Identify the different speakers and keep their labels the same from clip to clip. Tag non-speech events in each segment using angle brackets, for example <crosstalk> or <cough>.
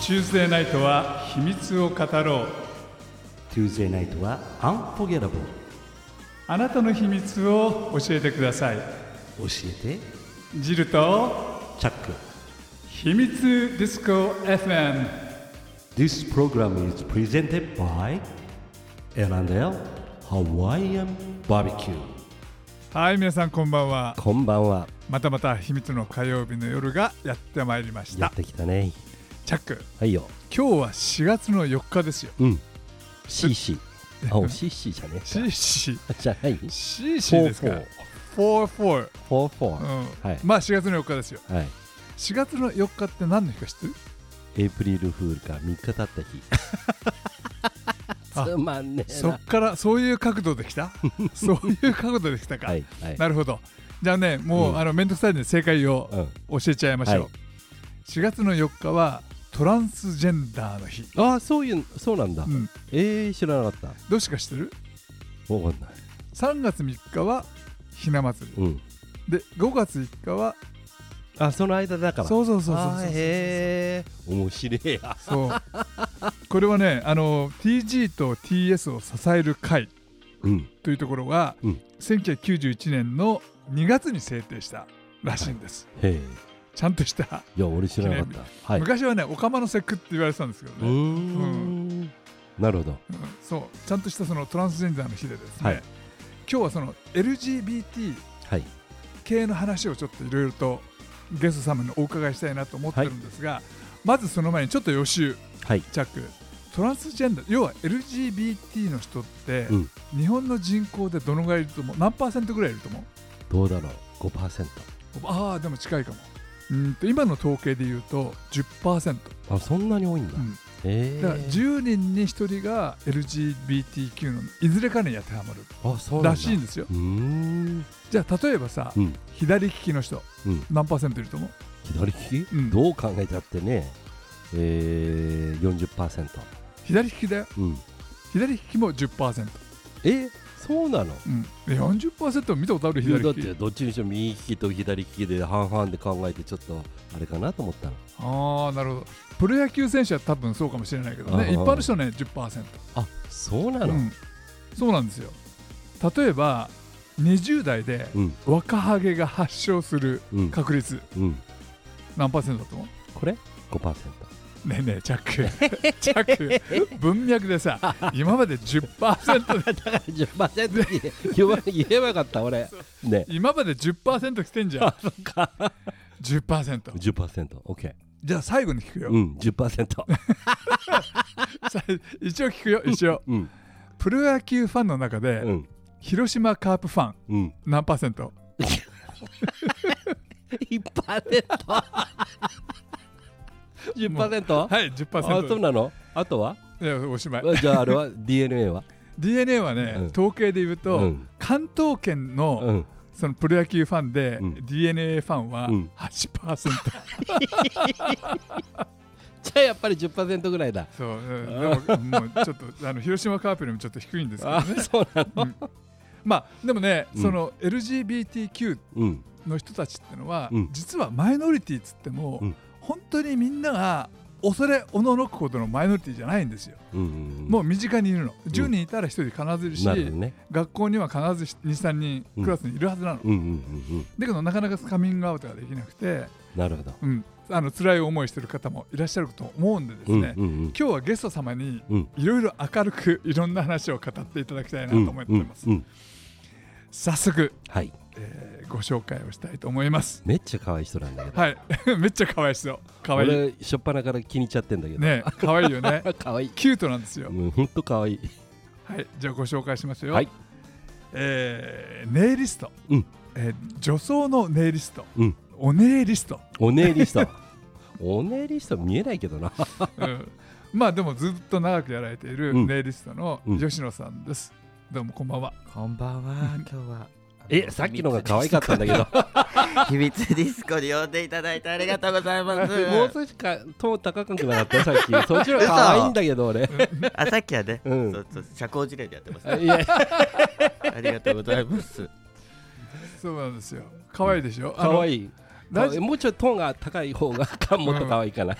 Speaker 1: チューズデーナイトは秘密を語ろう
Speaker 2: Tuesday night は Unforgettable
Speaker 1: あなたの秘密を教えてください
Speaker 2: 教えて
Speaker 1: ジルと
Speaker 2: チャック
Speaker 1: 秘密ディスコ FM
Speaker 2: This program is presented by L&L Hawaiian Barbecue
Speaker 1: はい皆さんこんばんは
Speaker 2: こんばんは
Speaker 1: またまた秘密の火曜日の夜がやってまいりまし
Speaker 2: や
Speaker 1: た
Speaker 2: ってきたね
Speaker 1: チャック
Speaker 2: はいよ
Speaker 1: 今日は4月の4日ですよ
Speaker 2: うん <laughs> CC あ、お CC じゃね
Speaker 1: シーシー
Speaker 2: えかじゃない
Speaker 1: シーシーですか44、う
Speaker 2: 44?
Speaker 1: ん
Speaker 2: はい
Speaker 1: まあ4月の4日ですよ
Speaker 2: はい
Speaker 1: 4月の4日って何の日か知ってる
Speaker 2: エイプリルフールから3日経った
Speaker 1: あ
Speaker 2: 日 <laughs> つまんねえ
Speaker 1: そ
Speaker 2: な
Speaker 1: っからそういう角度でき
Speaker 2: <laughs>
Speaker 1: たそういう角度できたか、
Speaker 2: はいはい
Speaker 1: なるほどじゃあねもう、
Speaker 2: うん
Speaker 1: あの面倒くさいんで正解を
Speaker 2: うん
Speaker 1: 教えちゃいましょう、
Speaker 2: はい
Speaker 1: 4月の4日はトランスジェンダーの日、
Speaker 2: ああそういうそうなんだ
Speaker 1: うん、
Speaker 2: えー知らなかっ
Speaker 1: どうしてか知ってる
Speaker 2: たわかんない
Speaker 1: ?3 月3日はひな祭り
Speaker 2: うん
Speaker 1: で5月5日は
Speaker 2: あその間だから
Speaker 1: そううそうそうそう
Speaker 2: あー
Speaker 1: そう
Speaker 2: へえ面白いや
Speaker 1: そうこれはねあの TG と TS を支える会
Speaker 2: うん
Speaker 1: というところが、
Speaker 2: うん
Speaker 1: 1991年の2月に制定したらしいんです、
Speaker 2: へえ
Speaker 1: ちゃんとした
Speaker 2: いや俺知らなかったはい
Speaker 1: 昔はね、お釜の節句って言われてたんですけ
Speaker 2: う
Speaker 1: ど
Speaker 2: ー
Speaker 1: ね、
Speaker 2: んなるほど
Speaker 1: うんそうちゃんとしたそのトランスジェンダーの日でですね、
Speaker 2: はい
Speaker 1: 今日はその LGBT
Speaker 2: はい
Speaker 1: 系の話をちょっといろいろとゲスト様にお伺いしたいなと思ってるんですが、まずその前にちょっと予習、
Speaker 2: はい
Speaker 1: チャック、トランスジェンダー、要は LGBT の人って、
Speaker 2: うん
Speaker 1: 日本の人口でどのぐらいいると思う、何パーセントぐらいいると思う
Speaker 2: どうだろう5%
Speaker 1: ああ、でも近いかも。うんと今の統計で言うと10%、
Speaker 2: あそんなに多いんだ
Speaker 1: うん
Speaker 2: ええ
Speaker 1: だから10人に1人が LGBTQ のいずれかに当てはまる
Speaker 2: あそうなんだ
Speaker 1: らしいんですよ
Speaker 2: うーん
Speaker 1: じゃあ例えばさ、
Speaker 2: うん
Speaker 1: 左利きの人
Speaker 2: うん
Speaker 1: 何パーセントいると思う
Speaker 2: 左利き、
Speaker 1: うん
Speaker 2: どう考えたってね、えー、40%、
Speaker 1: 左利きだよ
Speaker 2: うん、
Speaker 1: 左利きも10%、
Speaker 2: えそうなの
Speaker 1: うん、で40%見たことある
Speaker 2: いや
Speaker 1: 左
Speaker 2: だっ
Speaker 1: 利
Speaker 2: て
Speaker 1: き
Speaker 2: どっちにしても右利きと左利きで半々で考えてちょっとあれかなと思ったの
Speaker 1: ああなるほどプロ野球選手は多分そうかもしれないけど
Speaker 2: あ
Speaker 1: ね
Speaker 2: ー
Speaker 1: 一般の人はね10%、
Speaker 2: あそうな
Speaker 1: う
Speaker 2: の、
Speaker 1: ん、そうなんですよ例えば20代で
Speaker 2: うん
Speaker 1: 若ハゲが発症する
Speaker 2: うん
Speaker 1: 確率
Speaker 2: うん、
Speaker 1: 何パーセントだと思う
Speaker 2: これ5% <laughs>
Speaker 1: ねえねえチャック <laughs> チャック文脈でさ今まで10%で
Speaker 2: だから10%言わ言えばよかった俺ね
Speaker 1: 今まで10%来てんじ <laughs> ゃん
Speaker 2: そっか
Speaker 1: 10%じ
Speaker 2: 10%OK
Speaker 1: ゃあ最後に聞くよ、
Speaker 2: うん10% <laughs>
Speaker 1: さ <laughs> 一応聞くよ一応
Speaker 2: うん
Speaker 1: プロ野球ファンの中で、
Speaker 2: うん
Speaker 1: 広島カープファン
Speaker 2: うん
Speaker 1: 何パーセント
Speaker 2: <laughs> 1%10% 10%?
Speaker 1: はい10%
Speaker 2: あそうなのあとはい
Speaker 1: やおしまい
Speaker 2: あじゃああれは DNA <laughs> は
Speaker 1: DNA はね、
Speaker 2: うん
Speaker 1: 統計で言うと、
Speaker 2: うん
Speaker 1: 関東圏の、
Speaker 2: うん
Speaker 1: そのプロ野球ファンで、
Speaker 2: うん
Speaker 1: DNA ファンは
Speaker 2: うん
Speaker 1: 8%、
Speaker 2: <laughs> じゃあやっぱり10%ぐらいだ
Speaker 1: そううんでももうちょっとあの広島カープよりもちょっと低いんですけど
Speaker 2: あ
Speaker 1: ね
Speaker 2: そうなの
Speaker 1: まあでもね、
Speaker 2: うん
Speaker 1: その LGBTQ
Speaker 2: うん
Speaker 1: の人たちってのは、
Speaker 2: うん
Speaker 1: 実はマイノリティっつっても、
Speaker 2: うん
Speaker 1: 本当にみんなが恐れおののくほどのマイノリティじゃないんですよ、
Speaker 2: うんうん
Speaker 1: もう身近にいるの10人いたら1人必ずいるし、
Speaker 2: なるほどね
Speaker 1: 学校には必ず23人
Speaker 2: うん
Speaker 1: クラスにいるはずなの、
Speaker 2: うんうんうんうん
Speaker 1: だけどなかなかカミングアウトができなくて、
Speaker 2: なるほど
Speaker 1: うん、あの辛い思いしてる方もいらっしゃると思うんでですね、
Speaker 2: うんうんうん
Speaker 1: 今日はゲスト様に
Speaker 2: うん
Speaker 1: いろいろ明るくいろんな話を語っていただきたいなと思って
Speaker 2: う
Speaker 1: い
Speaker 2: ん
Speaker 1: ます、
Speaker 2: うん
Speaker 1: 早速
Speaker 2: はい
Speaker 1: えーご紹介をしたいと思います。
Speaker 2: めっちゃ可愛い人なんだけど
Speaker 1: はい、 <laughs> めっちゃ可愛いですよ。可愛い。
Speaker 2: 俺しょっぱなから気に入っちゃってんだけど
Speaker 1: ねえ、可愛いよね。 <laughs>
Speaker 2: 可愛い
Speaker 1: キュートなんですよ。
Speaker 2: うんほんと可愛い
Speaker 1: はい、じゃあご紹介しますよ。
Speaker 2: はい
Speaker 1: えーネイリスト、
Speaker 2: うん
Speaker 1: えー女装のネイリスト、
Speaker 2: うん
Speaker 1: おネイリス
Speaker 2: <laughs>
Speaker 1: ト、
Speaker 2: おねえリストおねえリスト見えないけどな
Speaker 1: うんまあでもずっと長くやられている
Speaker 2: うん
Speaker 1: ネイリストの
Speaker 2: うん
Speaker 1: 吉野さんです。どうもこんばんは。
Speaker 3: こんばんは、 <laughs> 今日は。
Speaker 2: えさっきのが可愛かったんだけど
Speaker 3: た。 <laughs> 秘密ディスコに呼んでいただいてありがとうございます。 <laughs>
Speaker 1: <laughs>
Speaker 2: もう少しかトーン高くなかったさっきそっちの方が可愛いんだけど俺
Speaker 3: あ、さっきはね、
Speaker 2: うん
Speaker 3: そうそう社交辞令でやってます。
Speaker 2: いや
Speaker 3: ありがとうございます。
Speaker 1: そうなんですよ。可愛いでしょ。
Speaker 2: 可
Speaker 1: い。
Speaker 2: 愛い
Speaker 1: ラジ
Speaker 2: もうちょいトーンが高い方がもっと可愛いかな、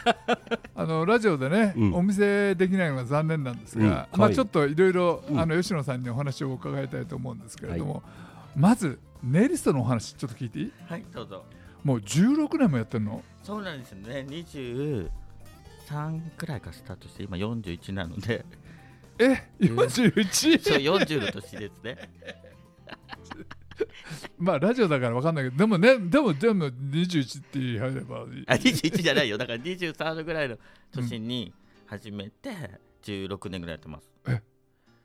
Speaker 1: あのラジオでね、
Speaker 2: うん
Speaker 1: お見せできないのが残念なんですが、
Speaker 2: うん
Speaker 1: まあ、
Speaker 2: はい
Speaker 1: ちょっといろいろ
Speaker 2: うん
Speaker 1: 吉野さんにお話を伺いたいと思うんですけれども、まずネイリストのお話ちょっと聞いていい
Speaker 3: <laughs> はいどうぞ
Speaker 1: もう16年もやってるの
Speaker 3: そうなんですよね23くらいからスタートして今41なの <laughs> で
Speaker 1: え
Speaker 3: そう
Speaker 1: <laughs> 41?
Speaker 3: 40の年ですね
Speaker 1: まあラジオだから分かんないけどでもねでもでも21って言い張ればいい
Speaker 3: あ21じゃないよだから23ぐらいの年に始めて16年ぐらいやってます
Speaker 1: だか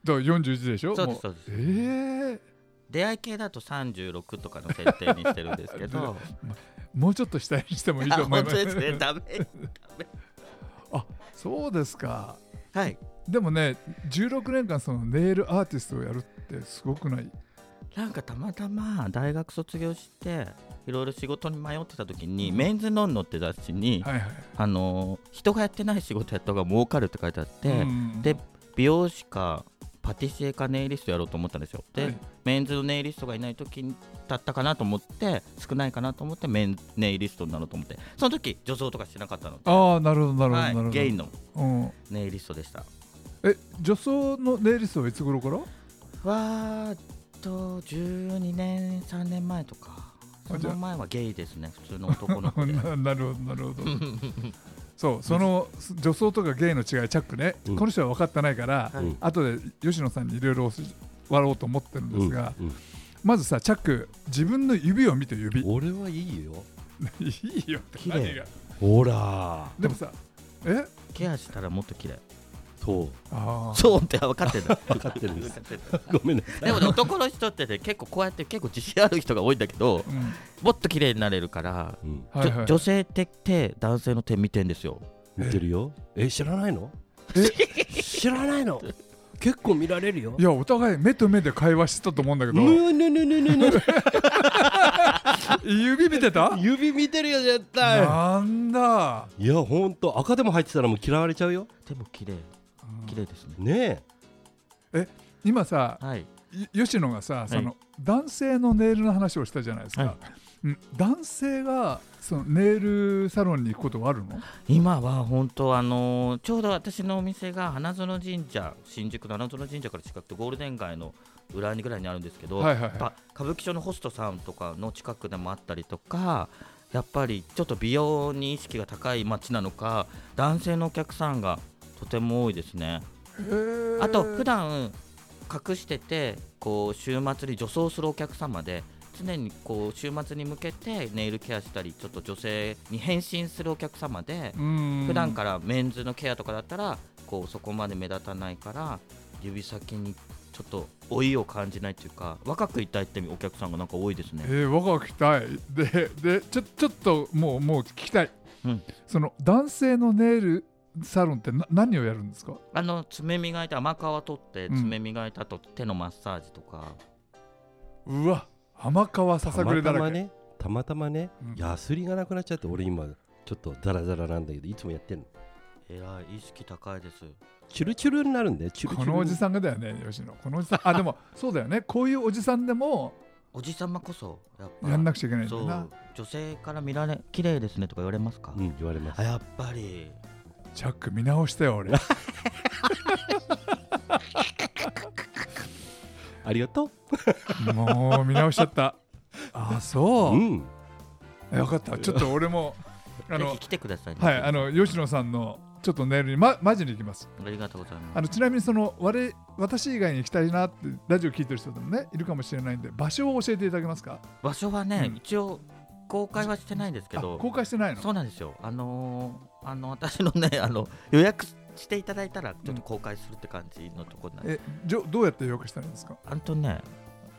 Speaker 1: ら41でしょ
Speaker 3: そうで
Speaker 1: も
Speaker 3: すそうです
Speaker 1: えー
Speaker 3: 出会い系だと36とかの設定にしてるんですけど
Speaker 1: もうちょっと下にしてもいい
Speaker 3: <laughs> あ
Speaker 1: と思い
Speaker 3: 本
Speaker 1: ま
Speaker 3: 当
Speaker 1: す
Speaker 3: ですねダメ
Speaker 1: <laughs> そうですか
Speaker 3: <laughs> はい
Speaker 1: でもね16年間そのネイルアーティストをやるってすごくない
Speaker 3: なんかたまたま大学卒業していろいろ仕事に迷ってた時に「メンズノンノ」って雑誌に、
Speaker 1: はいはい
Speaker 3: あのー人がやってない仕事やった方が儲かるって書いてあって、
Speaker 1: うん
Speaker 3: で美容師かパティシエかネイリストやろうと思ったんですよで、
Speaker 1: はい
Speaker 3: メンズのネイリストがいない時だったかなと思って少ないかなと思ってメンネイリストになろうと思ってその時女装とかしてなかったので、
Speaker 1: ああなるほどなるほど、
Speaker 3: はい
Speaker 1: なるほど
Speaker 3: ゲイの
Speaker 1: うん、
Speaker 3: ネイリストでした
Speaker 1: え女装のネイリストはいつ頃から
Speaker 3: わーっと12年3年前とか
Speaker 1: あ
Speaker 3: そ
Speaker 1: じゃあ
Speaker 3: の前はゲイですね普通の男の子で
Speaker 1: <laughs> ななるほどなるほどそうそのす女装とかゲイの違いチャックね、
Speaker 2: うん
Speaker 1: この人は分かってないから、
Speaker 3: はい
Speaker 2: うん
Speaker 1: 後で吉野さんにいろいろ笑おうと思ってるんですが、
Speaker 2: うんうん
Speaker 1: まずさチャック自分の指を見て指い
Speaker 2: 俺はいいよ
Speaker 1: <laughs> いよって
Speaker 3: 綺麗
Speaker 1: 何が
Speaker 2: ほら
Speaker 1: でもさえ
Speaker 3: ケアしたらもっと綺麗
Speaker 2: そう
Speaker 1: ああ
Speaker 3: そうって分かってんだ
Speaker 2: 分かってるんですごめんなさい
Speaker 3: <laughs> でもね男の人ってね結構こうやって結構自信ある人が多いんだけど
Speaker 1: うん
Speaker 3: もっと綺麗になれるから、
Speaker 2: うん
Speaker 3: ちょ
Speaker 1: はいはい
Speaker 3: 女性って手男性の手見てんですよ
Speaker 2: 見てるよえ知らないの <laughs> 知らないの結構見られるよ
Speaker 1: いやお互い目と目で会話してたと思うんだけど
Speaker 2: ぬぬぬぬぬぬ
Speaker 1: 指見てた
Speaker 2: 指見てるよ絶対
Speaker 1: なんだ
Speaker 2: いやほんと赤でも入ってたらもう嫌われちゃうよ
Speaker 3: 手も綺麗綺麗ですね
Speaker 2: ね
Speaker 1: 今さ
Speaker 3: はい
Speaker 1: い吉野がさ
Speaker 3: い
Speaker 1: その男性のネイルの話をしたじゃないですか、
Speaker 3: はい
Speaker 1: うん男性がそのネイルサロンに行くことはあるの
Speaker 3: 今は本当あのーちょうど私のお店が花園神社新宿の花園神社から近くてゴールデン街の裏にぐらいにあるんですけど、
Speaker 1: はいはいはい
Speaker 3: やっぱ歌舞伎町のホストさんとかの近くでもあったりとかやっぱりちょっと美容に意識が高い街なのか男性のお客さんがとても多いですね。あと普段隠しててこう週末に女装するお客様で常にこう週末に向けてネイルケアしたりちょっと女性に変身するお客様で
Speaker 1: 普
Speaker 3: 普段からメンズのケアとかだったらこうそこまで目立たないから指先にちょっと老いを感じないというか若くいたいってお客さんがなんか多いですね。
Speaker 1: えー、若く着たいででちょちょっともうもう聞きたい、
Speaker 3: うん
Speaker 1: その男性のネイルサロンってな何をやるんですか
Speaker 3: あの爪磨いて甘皮取って
Speaker 1: うん
Speaker 3: 爪磨いた後手のマッサージとか、
Speaker 1: うわ浜川さ
Speaker 2: え
Speaker 1: さ
Speaker 2: た
Speaker 1: ぐれ
Speaker 2: ま
Speaker 1: だ
Speaker 2: た
Speaker 1: らけ
Speaker 2: まねたまたまね
Speaker 1: うん
Speaker 2: ヤスリがなくなっちゃって俺今ちょっとザラザラなんだけどいつもやってんの
Speaker 3: えらい意識高いです。
Speaker 2: チュルチュルになるんだよチュルチ
Speaker 1: こ
Speaker 2: ュル
Speaker 1: のおじさんがだよね吉野このおじさんあでもそうだよねこういうおじさんでも
Speaker 3: おじさまこそやっぱ
Speaker 1: やんなくちゃいけないんだ
Speaker 3: そ
Speaker 1: よな
Speaker 3: う女性から見られ綺麗ですねとか言われますか、
Speaker 2: うん言われます
Speaker 3: あやっぱり
Speaker 1: チャック見直したよ俺
Speaker 2: ありがと
Speaker 1: もう見直しちゃったあ
Speaker 2: う
Speaker 1: そううんえよかったちょっと俺もあ
Speaker 3: ぜ
Speaker 1: の
Speaker 3: ひ来てくださいね
Speaker 1: はいあの吉野さんのちょっとネイルにまマジに行きます
Speaker 3: ありがとうございます
Speaker 1: あのちなみにその我私以外に行きたいなってラジオ聞いてる人でもねいるかもしれないんで場所を教えていただけますか
Speaker 3: 場所はね、
Speaker 1: うん
Speaker 3: 一応公開はしてないんですけ
Speaker 1: あ
Speaker 3: ど
Speaker 1: 公開してないの
Speaker 3: そうなんですよあのーあの私のね <laughs> あの予約していただいたらちょっと公開するって感じのところなんで、
Speaker 1: えじょどうやって予約したらいいんですか
Speaker 3: あんとね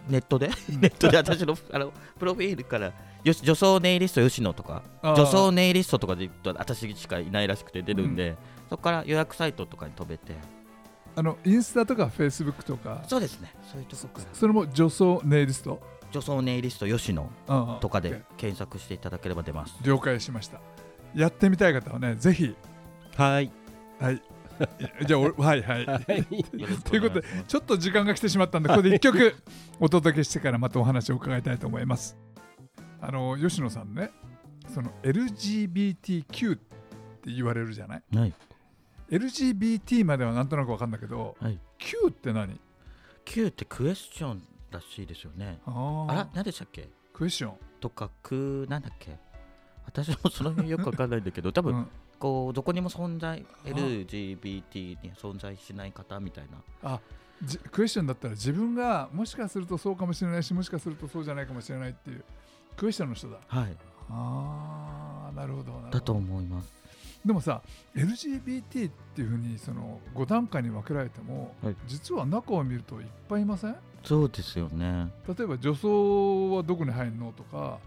Speaker 3: ネットでネットで私の <laughs> あのプロフィールからよし女装ネイリスト吉野とか
Speaker 1: あー
Speaker 3: 女装ネイリストとかで言うと私しかいないらしくて出るんで、そこから予約サイトとかに飛べて
Speaker 1: あのインスタとかフェイスブックとか
Speaker 3: そうですねそういうとこから
Speaker 1: それも女装ネイリスト
Speaker 3: 女装ネイリスト吉野
Speaker 1: うんうん
Speaker 3: とか
Speaker 1: OK
Speaker 3: で検索していただければ出ます
Speaker 1: 了解しましたやってみたい方はねぜひ
Speaker 2: はい
Speaker 1: はいいじゃあ俺 <laughs> はいはい
Speaker 3: よろしく
Speaker 1: ということでちょっと時間が来てしまったんでここで1曲お届けしてからまたお話を伺いたいと思いますあの吉野さんねその LGBTQ って言われるじゃない
Speaker 3: はい
Speaker 1: LGBT まではなんとなく分かんだけど、
Speaker 3: はい
Speaker 1: Q って何
Speaker 3: Q ってクエスチョンらしいですよね
Speaker 1: あ
Speaker 3: あら何でしたっけ
Speaker 1: クエスチョン、
Speaker 3: とかくなんだっけ私もその辺よくわかんないん
Speaker 1: <laughs>
Speaker 3: だけど多
Speaker 1: う
Speaker 3: 分
Speaker 1: ん
Speaker 3: こうどこにも存在
Speaker 1: あ
Speaker 3: LGBT に存在しない方みたいな
Speaker 1: じクエスチョンだったら自分がもしかするとそうかもしれないしもしかするとそうじゃないかもしれないっていうクエスチョンの人だ
Speaker 3: はい
Speaker 1: あーなるほどなるほど
Speaker 3: だと思います
Speaker 1: でもさ LGBT っていうふうにその5段階に分けられても、
Speaker 3: はい
Speaker 1: 実は中を見るといっぱいいません
Speaker 3: そうですよね
Speaker 1: 例えば女装はどこに入るのとか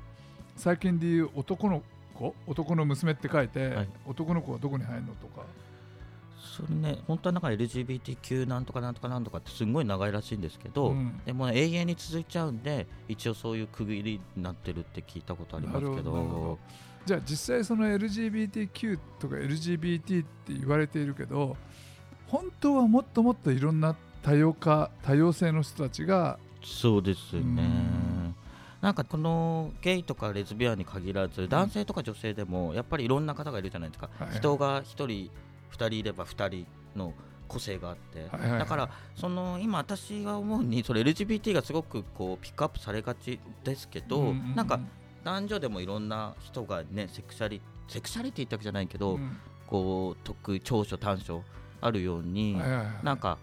Speaker 1: 最近でいう男の子男の娘って書いて、
Speaker 3: はい
Speaker 1: 男の子はどこに入るのとか
Speaker 3: それね本当はなんか LGBTQ なんとかなんとかなんとかってすんごい長いらしいんですけど、
Speaker 1: ん
Speaker 3: でも永遠に続いちゃうんで一応そういう区切りになってるって聞いたことありますけど
Speaker 1: なるほどなるほどじゃあ実際その LGBTQ とか LGBT って言われているけど本当はもっともっといろんな多様化多様性の人たちが
Speaker 3: そうですよね
Speaker 1: うん
Speaker 3: なんかこのゲイとかレズビアンに限らず男性とか女性でもやっぱりいろんな方がいるじゃないですか、
Speaker 1: はい
Speaker 3: 人が1人2人いれば2人の個性があって、
Speaker 1: はいはいはい
Speaker 3: だからその今私が思うにそれ LGBT がすごくこうピックアップされがちですけど、
Speaker 1: ううう
Speaker 3: なんか男女でもいろんな人がねセクシャリセクシャリティってわけじゃないけど、
Speaker 1: うん
Speaker 3: こう得長所短所あるように、
Speaker 1: はいはいはい
Speaker 3: なんか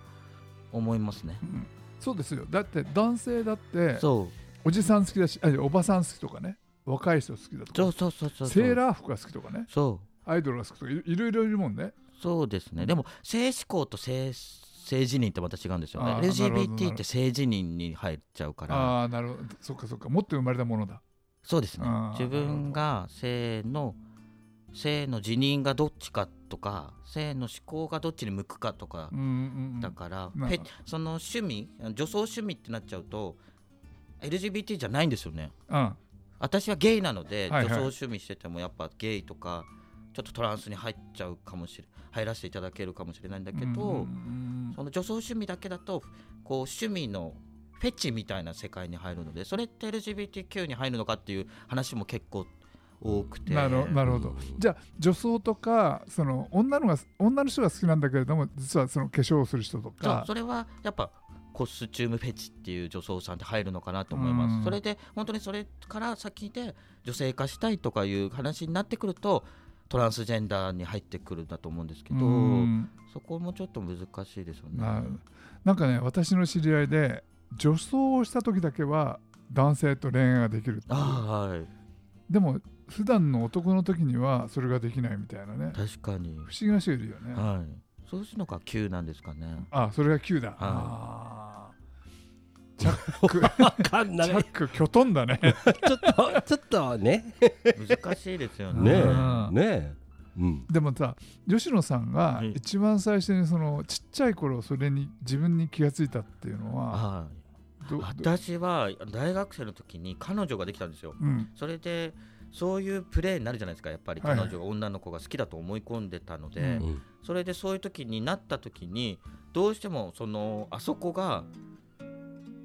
Speaker 3: 思いますね。
Speaker 1: うんそうですよだって男性だって
Speaker 3: そう
Speaker 1: おじさん好きだしあおばさん好きとかね若い人好きだと
Speaker 3: そ
Speaker 1: か
Speaker 3: うそうそうそうそう
Speaker 1: セーラー服が好きとかね
Speaker 3: そ
Speaker 1: アイドルが好きとかいいろいろいるもんね
Speaker 3: うそうですねでも性思考と性性自認ってまた違うんですよね
Speaker 1: あーなるほどなる
Speaker 3: LGBT
Speaker 1: ほ
Speaker 3: っ
Speaker 1: ど
Speaker 3: て性自認に入っちゃうから
Speaker 1: ああーなるほどそっかそっか持って生まれたものだ
Speaker 3: そうですね
Speaker 1: あー
Speaker 3: 自分が性の性の自認がどっちかとか性の思考がどっちに向くかとか
Speaker 1: うんうんうん
Speaker 3: だから、
Speaker 1: なる
Speaker 3: ペ
Speaker 1: ほど
Speaker 3: その趣味女装趣味ってなっちゃうと LGBT じゃないんですよね
Speaker 1: うん
Speaker 3: 私はゲイなので、
Speaker 1: はいはい
Speaker 3: 女装趣味しててもやっぱゲイとかちょっとトランスに入っちゃうかもしれ入らせていただけるかもしれないんだけど、
Speaker 1: うんうん
Speaker 3: その女装趣味だけだとこう趣味のフェチみたいな世界に入るのでそれって LGBTQ に入るのかっていう話も結構多くて
Speaker 1: なるなるほどじゃあ女装とかその女のが女の人が好きなんだけれども実はその化粧をする人と
Speaker 3: そう
Speaker 1: か
Speaker 3: それはやっぱコスチュームフェチっていう女装さんって入るのかなと思います、
Speaker 1: うん
Speaker 3: それで本当にそれから先で女性化したいとかいう話になってくるとトランスジェンダーに入ってくるんだと思うんですけど、
Speaker 1: うん
Speaker 3: そこもちょっと難しいですよね。
Speaker 1: ななんかね私の知り合いで女装をした時だけは男性と恋愛ができるっていう
Speaker 3: あーはい
Speaker 1: でも普段の男の時にはそれができないみたいなね
Speaker 3: 確かに、
Speaker 1: 不思議な人いるよね
Speaker 3: はい、そういうのが急なんですかね。
Speaker 1: あそれが9だあーチャックチ
Speaker 2: わかんない
Speaker 1: ャックきょとんだね <laughs>
Speaker 2: ちょっとちょっとね
Speaker 3: 難しいですよね。
Speaker 2: ね
Speaker 1: うん
Speaker 2: えねえうん
Speaker 1: でもさ吉野さんが
Speaker 3: はい
Speaker 1: 一番最初にそのちっちゃい頃それに自分に気がついたっていうのは
Speaker 3: はい
Speaker 1: どど
Speaker 3: 私は大学生の時に彼女ができたんですよ。
Speaker 1: うん
Speaker 3: それでそういうプレーになるじゃないですかやっぱり
Speaker 1: はい
Speaker 3: 彼女が女の子が好きだと思い込んでたので、
Speaker 1: う
Speaker 2: うんん
Speaker 3: それでそういう時になった時にどうしてもそのあそこが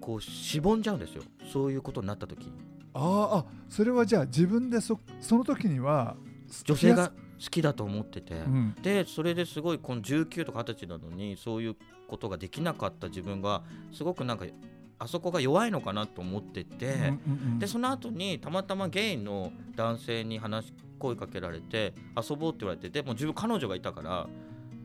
Speaker 3: こうしぼんじゃうんですよそういうことになった時
Speaker 1: あーあそれはじゃあ自分でそその時には
Speaker 3: 女性
Speaker 1: 気
Speaker 3: が
Speaker 1: つ
Speaker 3: 好きだと思ってて、
Speaker 1: うん
Speaker 3: でそれですごいこの19とか20歳なのにそういうことができなかった自分がすごくなんかあそこが弱いのかなと思ってて。
Speaker 1: うんうん
Speaker 3: でその後にたまたまゲイの男性に話声かけられて遊ぼうって言われてでも自分彼女がいたから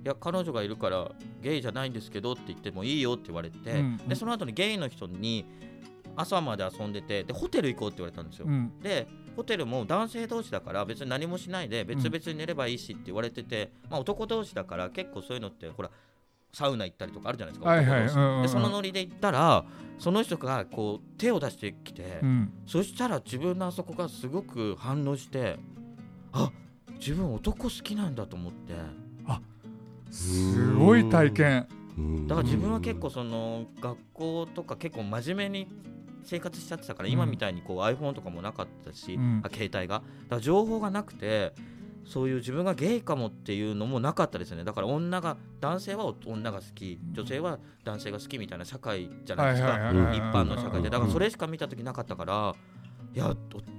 Speaker 3: いや彼女がいるからゲイじゃないんですけどって言ってもいいよって言われて、
Speaker 1: うんうん
Speaker 3: でその後にゲイの人に朝まで遊んでてでホテル行こうって言われたんですよ、
Speaker 1: うん
Speaker 3: でホテルも男性同士だから別に何もしないで別々に寝ればいいしって言われてて、まあ、男同士だから結構そういうのってほらサウナ行ったりとかあるじゃないですか、
Speaker 1: はいはい
Speaker 3: 男同
Speaker 1: う
Speaker 3: 士
Speaker 1: んうんうん
Speaker 3: でそのノリで行ったらその人がこう手を出してきて、
Speaker 1: うん
Speaker 3: そしたら自分のあそこがすごく反応してあ自分男好きなんだと思って
Speaker 1: すごい体験
Speaker 2: うん
Speaker 3: だから自分は結構その学校とか結構真面目に生活しちゃってたから
Speaker 1: うん
Speaker 3: 今みたいにこう iPhone とかもなかったし、
Speaker 1: うん
Speaker 3: あ携帯がだから情報がなくてそういう自分がゲイかもっていうのもなかったですねだから女が男性は女が好き女性は男性が好きみたいな社会じゃないですか、
Speaker 1: はいはいはいはい
Speaker 3: 一般の社会でだからそ
Speaker 1: れ
Speaker 3: れしか見た時なかったからいやお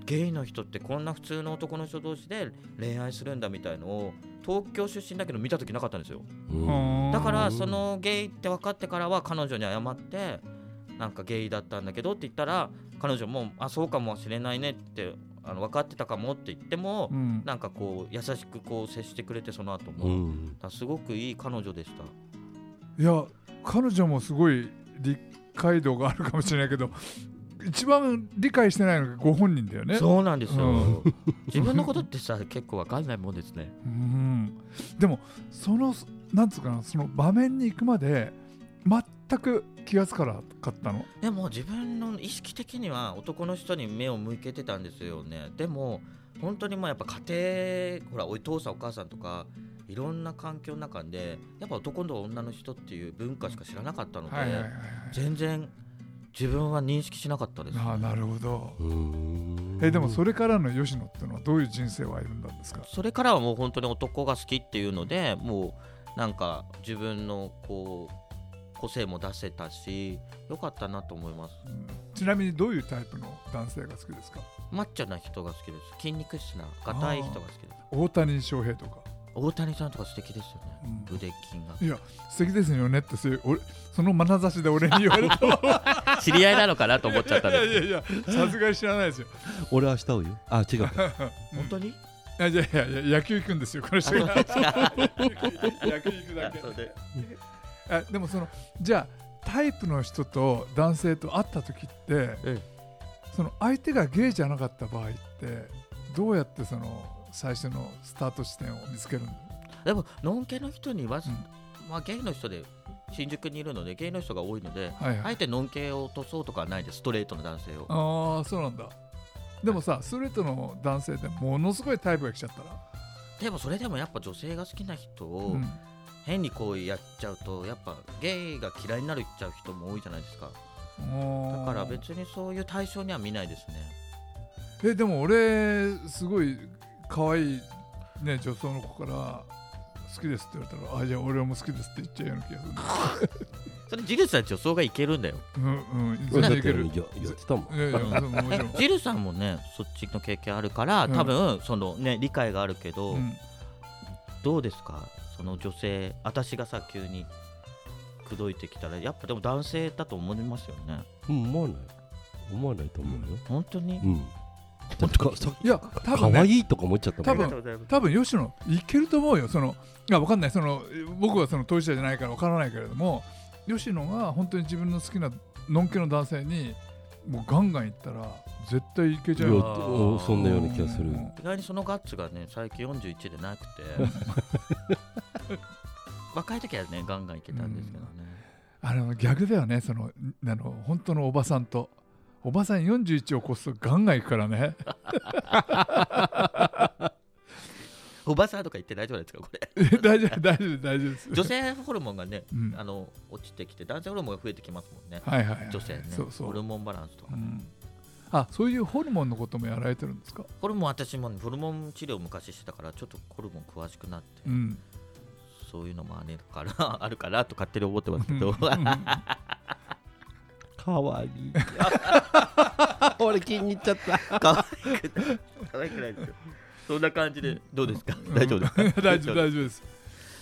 Speaker 3: ゲイの人ってこんな普通の男の人同士で恋愛するんだみたいのを東京出身だけど見た時なかったんですよ
Speaker 2: うん
Speaker 3: だからそのゲイって分かってからは彼女に謝ってなんかゲイだったんだけどって言ったら彼女も「あそうかもしれないね」ってあの分かってたかもって言っても、
Speaker 1: うん
Speaker 3: なんかこう優しくこう接してくれてその後も、
Speaker 2: う
Speaker 3: だ
Speaker 2: ん
Speaker 3: からすごくいい彼女でした
Speaker 1: いや彼女もすごい理解度があるかもしれないけど一番理解してないのがご本人だよね
Speaker 3: そうなんですよ、
Speaker 1: う
Speaker 3: <laughs> 自分のことってさ結構分かんないもんですね
Speaker 1: うんでもそのなんつうかなその場面に行くまで全く気がつかなかったの
Speaker 3: でも自分の意識的には男の人に目を向けてたんですよねでも本当にまあやっぱ家庭ほらお父さんお母さんとかいろんな環境の中でやっぱ男と女の人っていう文化しか知らなかったので、
Speaker 1: はいはいはいはい
Speaker 3: 全然自分は認識しなかったです、
Speaker 1: ああなるほど
Speaker 2: うん
Speaker 1: えでも
Speaker 2: れ
Speaker 1: それからの吉野ってのはどういう人生を歩んだんですか
Speaker 3: それからはもう本当に男が好きっていうのでもうなんか自分のこう個性も出せたし良かったなと思います
Speaker 1: うんちなみにどういうタイプの男性が好きですか
Speaker 3: マッチョな人が好きです筋肉質な硬い人が好きです
Speaker 1: 大谷翔平とか、
Speaker 3: 大谷さんとか素敵ですよね
Speaker 1: うん
Speaker 3: 腕筋 <laughs> が
Speaker 1: 素敵ですよねってそういう俺その眼差しで俺に言われた
Speaker 3: 知り合いなのかなと思っ
Speaker 1: <laughs>
Speaker 3: ちゃったん
Speaker 1: い
Speaker 3: で
Speaker 1: や
Speaker 3: す
Speaker 1: いやいやさすがに知らないですよ
Speaker 2: 俺明日会うよ
Speaker 1: <laughs>
Speaker 2: あ違うか
Speaker 3: 本当に
Speaker 1: いやいやいやいや野球行くんですよこの人が
Speaker 3: あそうですか
Speaker 1: 野球行くだけ
Speaker 3: そうで
Speaker 1: あでもそのじゃあタイプの人と男性と会った時って、
Speaker 3: うん
Speaker 1: その相手がゲイじゃなかった場合ってどうやってその最初のスタート地点を見つけるの
Speaker 3: でもノン系の人には、
Speaker 1: うん
Speaker 3: まあゲイの人で新宿にいるのでゲイの人が多いので
Speaker 1: はい
Speaker 3: あえてノン系を落とそうとかはないですストレートの男性を
Speaker 1: ああそうなんだでもさストレートの男性ってものすごいタイプが来ちゃったら、
Speaker 3: でもそれでもやっぱ女性が好きな人
Speaker 1: う
Speaker 3: を
Speaker 1: ん
Speaker 3: 変にこうやっちゃうとやっぱゲイが嫌いになるっちゃう人も多いじゃないですかだ
Speaker 1: だ
Speaker 3: から別にそういう対象には見ないですね
Speaker 1: えでも俺すごい可愛いね女装の子から好きですって言われたらあじゃあ俺も好きですって言っちゃうような気がす
Speaker 3: それジルさん女装がいけるんだよ
Speaker 1: るうんうん全
Speaker 2: 俺だ
Speaker 1: 然
Speaker 2: って
Speaker 1: いけるい
Speaker 2: ややってたもん
Speaker 1: やいやそうも
Speaker 2: <laughs>
Speaker 1: ちろん、
Speaker 3: ジルさんもねそっちの経験あるから多分そのね理解があるけど、
Speaker 1: うん、
Speaker 3: どうですかその女性私がさ急に口説いてきたらやっぱでも男性だと思いますよね
Speaker 2: うん思わない思わないと思うよ
Speaker 3: 本当に、
Speaker 2: うんだってかさ
Speaker 1: いや多
Speaker 2: 可
Speaker 1: 分、ね、
Speaker 2: 愛いとか思っちゃったも
Speaker 1: 多
Speaker 2: ん
Speaker 1: 分
Speaker 3: うございます
Speaker 1: 多分吉野いけると思うよそのいやわかんないその僕はその当事者じゃないからわからないけれども吉野が本当に自分の好きなのんけの男性にもうガンガンいったら絶対いけちゃう
Speaker 2: い
Speaker 1: よ
Speaker 2: やおそんなような気がする
Speaker 1: うん
Speaker 3: 意外にそのガッツがね最近41で <laughs> なくて若い時はねガンガンいけたんですけどね、
Speaker 1: あの逆だよねそのんあの本当のおばさんとおばさん41を越すとガンガンいくからね <laughs>
Speaker 3: おばさんとか言って大丈夫ですかこれ
Speaker 1: 大丈夫大丈夫大丈夫です
Speaker 3: 女性ホルモンがね、
Speaker 1: うん
Speaker 3: あの落ちてきて男性ホルモンが増えてきますもんね
Speaker 1: はいはいはい
Speaker 3: 女性ね
Speaker 1: そうそ
Speaker 3: ホ
Speaker 1: う、
Speaker 3: ルモンバランスとか、
Speaker 1: うんあそういうホルモンのこともやられてるんですか
Speaker 3: ホルモン私もねホルモン治療昔してたからちょっとホルモン詳しくなって、
Speaker 1: うん <laughs>
Speaker 3: そういうのもあるから <laughs> あるからと勝手に思ってますけど、
Speaker 2: 可愛い <laughs> 俺気に入っちゃった
Speaker 3: <laughs> 可愛くない可愛くないですよそんな感じでどうですか、大丈夫ですか
Speaker 1: 大丈夫大丈夫です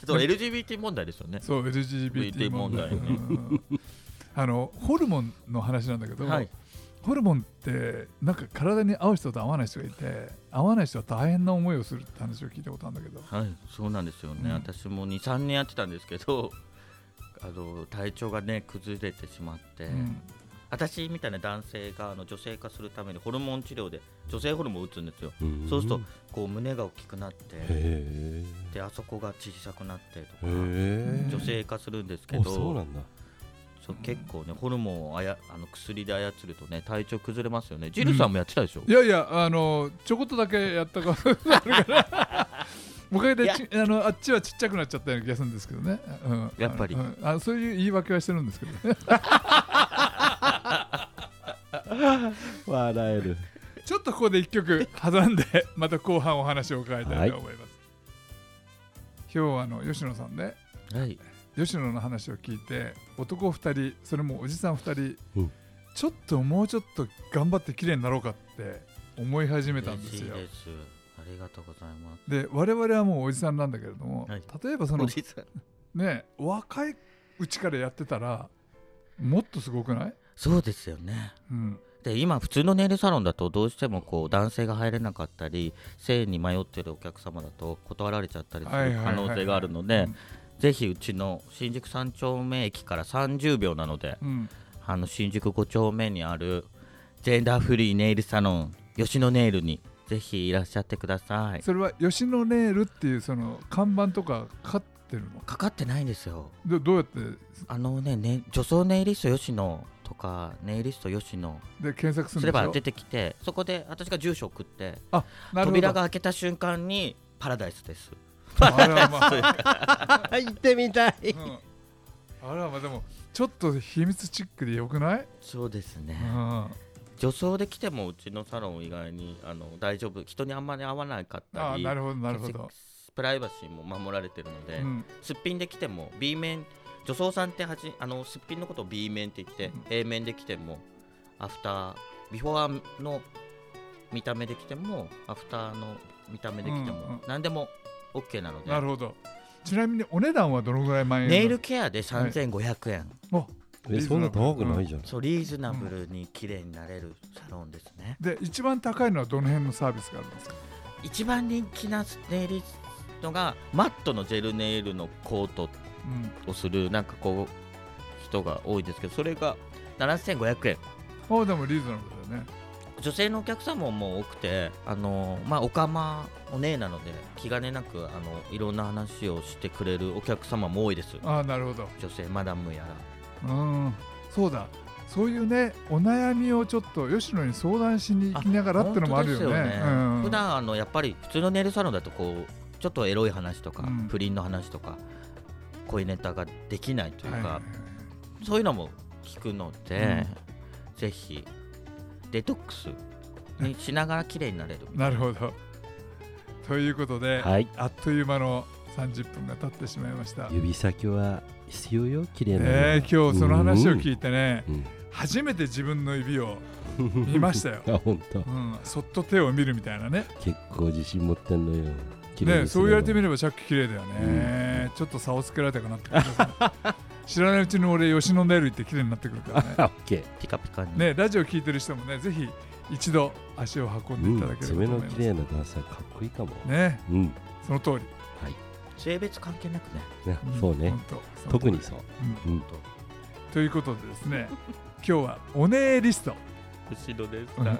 Speaker 3: そう LGBT 問題ですよね
Speaker 1: そう LGBT 問題、
Speaker 3: 問題ね
Speaker 1: うんあのホルモンの話なんだけど、
Speaker 3: はい
Speaker 1: ホルモンってなんか体に合う人と合わない人がいて合わない人は大変な思いをするって話を聞いたことあるんだけど
Speaker 3: はい、そうなんですよね、
Speaker 1: うん
Speaker 3: 私も23年やってたんですけど <laughs> あの体調がね崩れてしまって、
Speaker 1: うん
Speaker 3: 私みたいな男性があの女性化するためにホルモン治療で女性ホルモンを打つんですよそうすると
Speaker 2: ん
Speaker 3: こう胸が大きくなって
Speaker 2: へ
Speaker 3: であそこが小さくなってと
Speaker 2: え
Speaker 3: か
Speaker 2: へ
Speaker 3: 女性化するんですけ
Speaker 2: え
Speaker 3: ど
Speaker 2: そうなんだ
Speaker 3: そう結構ねホルモンをあやあの薬で操るとね体調崩れますよねジルさんもやってたでしょ、
Speaker 1: いやいやあのちょこっとだけやったことあるか
Speaker 3: <laughs>
Speaker 1: ら。おかげでちあのあっちはちっちゃくなっちゃったような気がするんですけどね、うん、
Speaker 3: やっぱり
Speaker 1: あのうんあそういう言い訳はしてるんですけどね
Speaker 2: 笑える
Speaker 1: ちょっとここで一曲挟んでまた後半お話を伺いたいと思います、今日はあの吉野さんね
Speaker 3: はい
Speaker 1: 吉野の話を聞いて男2人それもおじさん2人、
Speaker 2: うん
Speaker 1: ちょっともうちょっと頑張って綺麗になろうかって思い始めたん
Speaker 3: 嬉
Speaker 1: で
Speaker 3: し
Speaker 1: す
Speaker 3: い
Speaker 1: よ。
Speaker 3: ですありがとうございま
Speaker 1: で我々はもうおじさんなんだけれども、
Speaker 3: はい
Speaker 1: 例えばそ
Speaker 3: す
Speaker 1: の
Speaker 3: おじさん
Speaker 1: ね若いうちからやってたらもっとすごくない、
Speaker 3: そうですよね
Speaker 1: うん、
Speaker 3: で今普通のネイルサロンだとどうしてもこう男性が入れなかったり性に迷ってるお客様だと断られちゃったりす
Speaker 1: はいはい
Speaker 3: る
Speaker 1: はいは
Speaker 3: 可
Speaker 1: い
Speaker 3: 能性があるの
Speaker 1: う
Speaker 3: で
Speaker 1: ん
Speaker 3: ぜひうちの新宿三丁目駅から30秒なので
Speaker 1: うん、
Speaker 3: あの新宿5丁目にあるジェンダーフリーネイルサロン吉野ネイルにぜひいらっしゃってください
Speaker 1: それは吉野ネイルっていうその看板とかかかってるの
Speaker 3: かかってないんですよ
Speaker 1: どどうやって
Speaker 3: あのねね女装ネイリスト吉野とかネイリスト吉野
Speaker 1: で検索す
Speaker 3: す
Speaker 1: る
Speaker 3: れ
Speaker 1: んでし
Speaker 3: ば
Speaker 1: ょ
Speaker 3: 出てきてそこで私が住所送っ
Speaker 1: な
Speaker 3: て
Speaker 1: るほど
Speaker 3: 扉が開けた瞬間にパラダイスです
Speaker 1: あれはま
Speaker 3: <laughs>
Speaker 1: あ、
Speaker 2: <laughs> 行ってみたい。
Speaker 1: うんあれはまあでもちょっと秘密チックでよくない、
Speaker 3: そうですね
Speaker 1: うん、
Speaker 3: 女装で来てもうちのサロン以外にあの大丈夫人にあんまり合わなかっ
Speaker 1: あ
Speaker 3: た
Speaker 1: あ
Speaker 3: り
Speaker 1: なるほどなるほど、
Speaker 3: プライバシーも守られてるの
Speaker 1: う
Speaker 3: で、
Speaker 1: ん、
Speaker 3: すっぴんで来ても B 面女装さんってはじあのすっぴんのことを B 面って言って、
Speaker 1: うん
Speaker 3: A 面で来てもアフタービフォアの見た目で来てもアフターの見た目で来ても、
Speaker 1: うんうん
Speaker 3: 何でも OK なので
Speaker 1: なるほどちなみにお値段はどのぐらい万円なの
Speaker 3: ネイルケアで3500円、
Speaker 1: えそんな高くない
Speaker 2: じゃん。
Speaker 3: そうリーズナブルに綺麗になれるサロンですね、
Speaker 1: で一番高いのはどの辺のサービスがあるんですか
Speaker 3: 一番人気なネイリストがマットのジェルネイルのコートをするなんかこう人が多いですけどそれが7500円
Speaker 1: うんああでもリーズナブルだよね
Speaker 3: 女性のお客様も多くてあのまあおかまお姉なので気兼ねなくあのいろんな話をしてくれるお客様も多いです
Speaker 1: ああなるほど
Speaker 3: 女性マダムやら
Speaker 1: うんそうだそういうねお悩みをちょっと吉野に相談しに行きながらってのもあるよね
Speaker 3: 本当です
Speaker 1: うん
Speaker 3: 普段あのやっぱり普通のネイルサロンだとこうちょっとエロい話とか、
Speaker 1: うん
Speaker 3: 不倫の話とか恋ネタができないというか、
Speaker 1: はいはいはい
Speaker 3: そういうのも聞くので、ぜひデトックスにしながら綺麗になれる
Speaker 1: なるほどということで、
Speaker 2: はい。
Speaker 1: あっという間の30分が経ってしまいました
Speaker 2: 指先は必要よ、綺麗な。
Speaker 1: ねえ今日その話を聞いてね、
Speaker 2: うん
Speaker 1: 初めて自分の指を、見ましたよ
Speaker 2: あ、本当
Speaker 1: う。ん、そっと手を見るみたいなね
Speaker 2: 結構自信持ってんのよ。綺麗
Speaker 1: ねそう言われてみ
Speaker 2: る。
Speaker 1: れば着綺麗だよね、ちょっと差をつけられたかなって感じだね知らないうちに俺吉野ネイル行って綺麗になってくるからね
Speaker 2: <laughs> あ、オッケ
Speaker 3: ピカピカに、
Speaker 1: ねラジオ聞いてる人もねぜひ一度足を運
Speaker 2: ー。う
Speaker 1: でい
Speaker 2: ん
Speaker 1: ただ
Speaker 2: ん。
Speaker 1: ければ
Speaker 2: 爪
Speaker 1: と
Speaker 2: の
Speaker 1: 思います、
Speaker 2: 綺麗な男性はかっこいいかも。
Speaker 1: ね
Speaker 2: うん。ね
Speaker 1: その通り、
Speaker 3: 性別関係なくね
Speaker 1: ん
Speaker 2: そうね
Speaker 1: ほん。とその通り
Speaker 2: 特にそう。うん
Speaker 1: ということでですね今日はおねえリスト
Speaker 3: 後ろです
Speaker 1: うん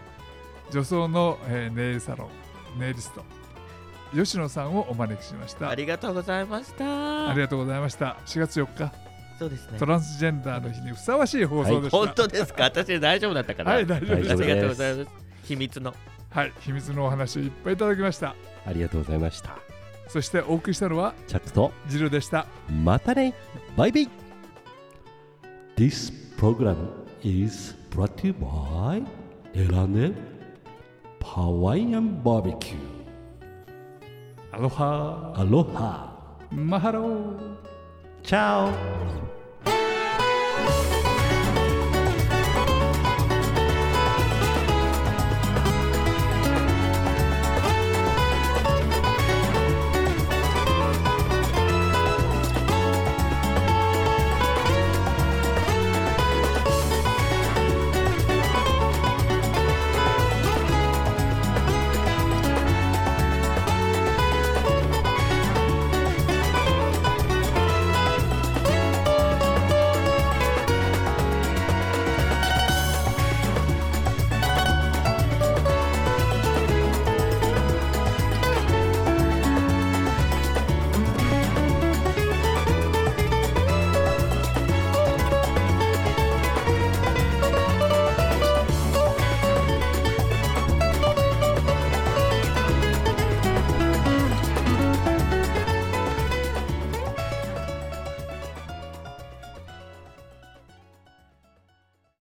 Speaker 1: 女装の、えーネイルサロンネイリスト吉野さんをお招きしました
Speaker 3: あ
Speaker 1: あり
Speaker 3: りがとうございました
Speaker 1: がとうございました4月4日
Speaker 3: そうですね
Speaker 1: トランスジェンダーの日にふさわしい放送でした、
Speaker 3: 本当ですか私大丈夫だったかな、
Speaker 1: はい大丈夫です
Speaker 2: 大
Speaker 3: あ
Speaker 2: 丈夫
Speaker 3: り
Speaker 2: です
Speaker 3: がとうございます秘密の
Speaker 1: はい秘密のお話をいっぱいいただきました
Speaker 2: ありがとうございました。
Speaker 1: そしてお送りしたのは
Speaker 2: チャックと。
Speaker 1: ジルでした
Speaker 2: Matane. Bye bye. This program is brought to you by Elanet Hawaiian Barbecue.
Speaker 1: アロハ
Speaker 2: Aloha.
Speaker 1: マハロー
Speaker 2: Ciao.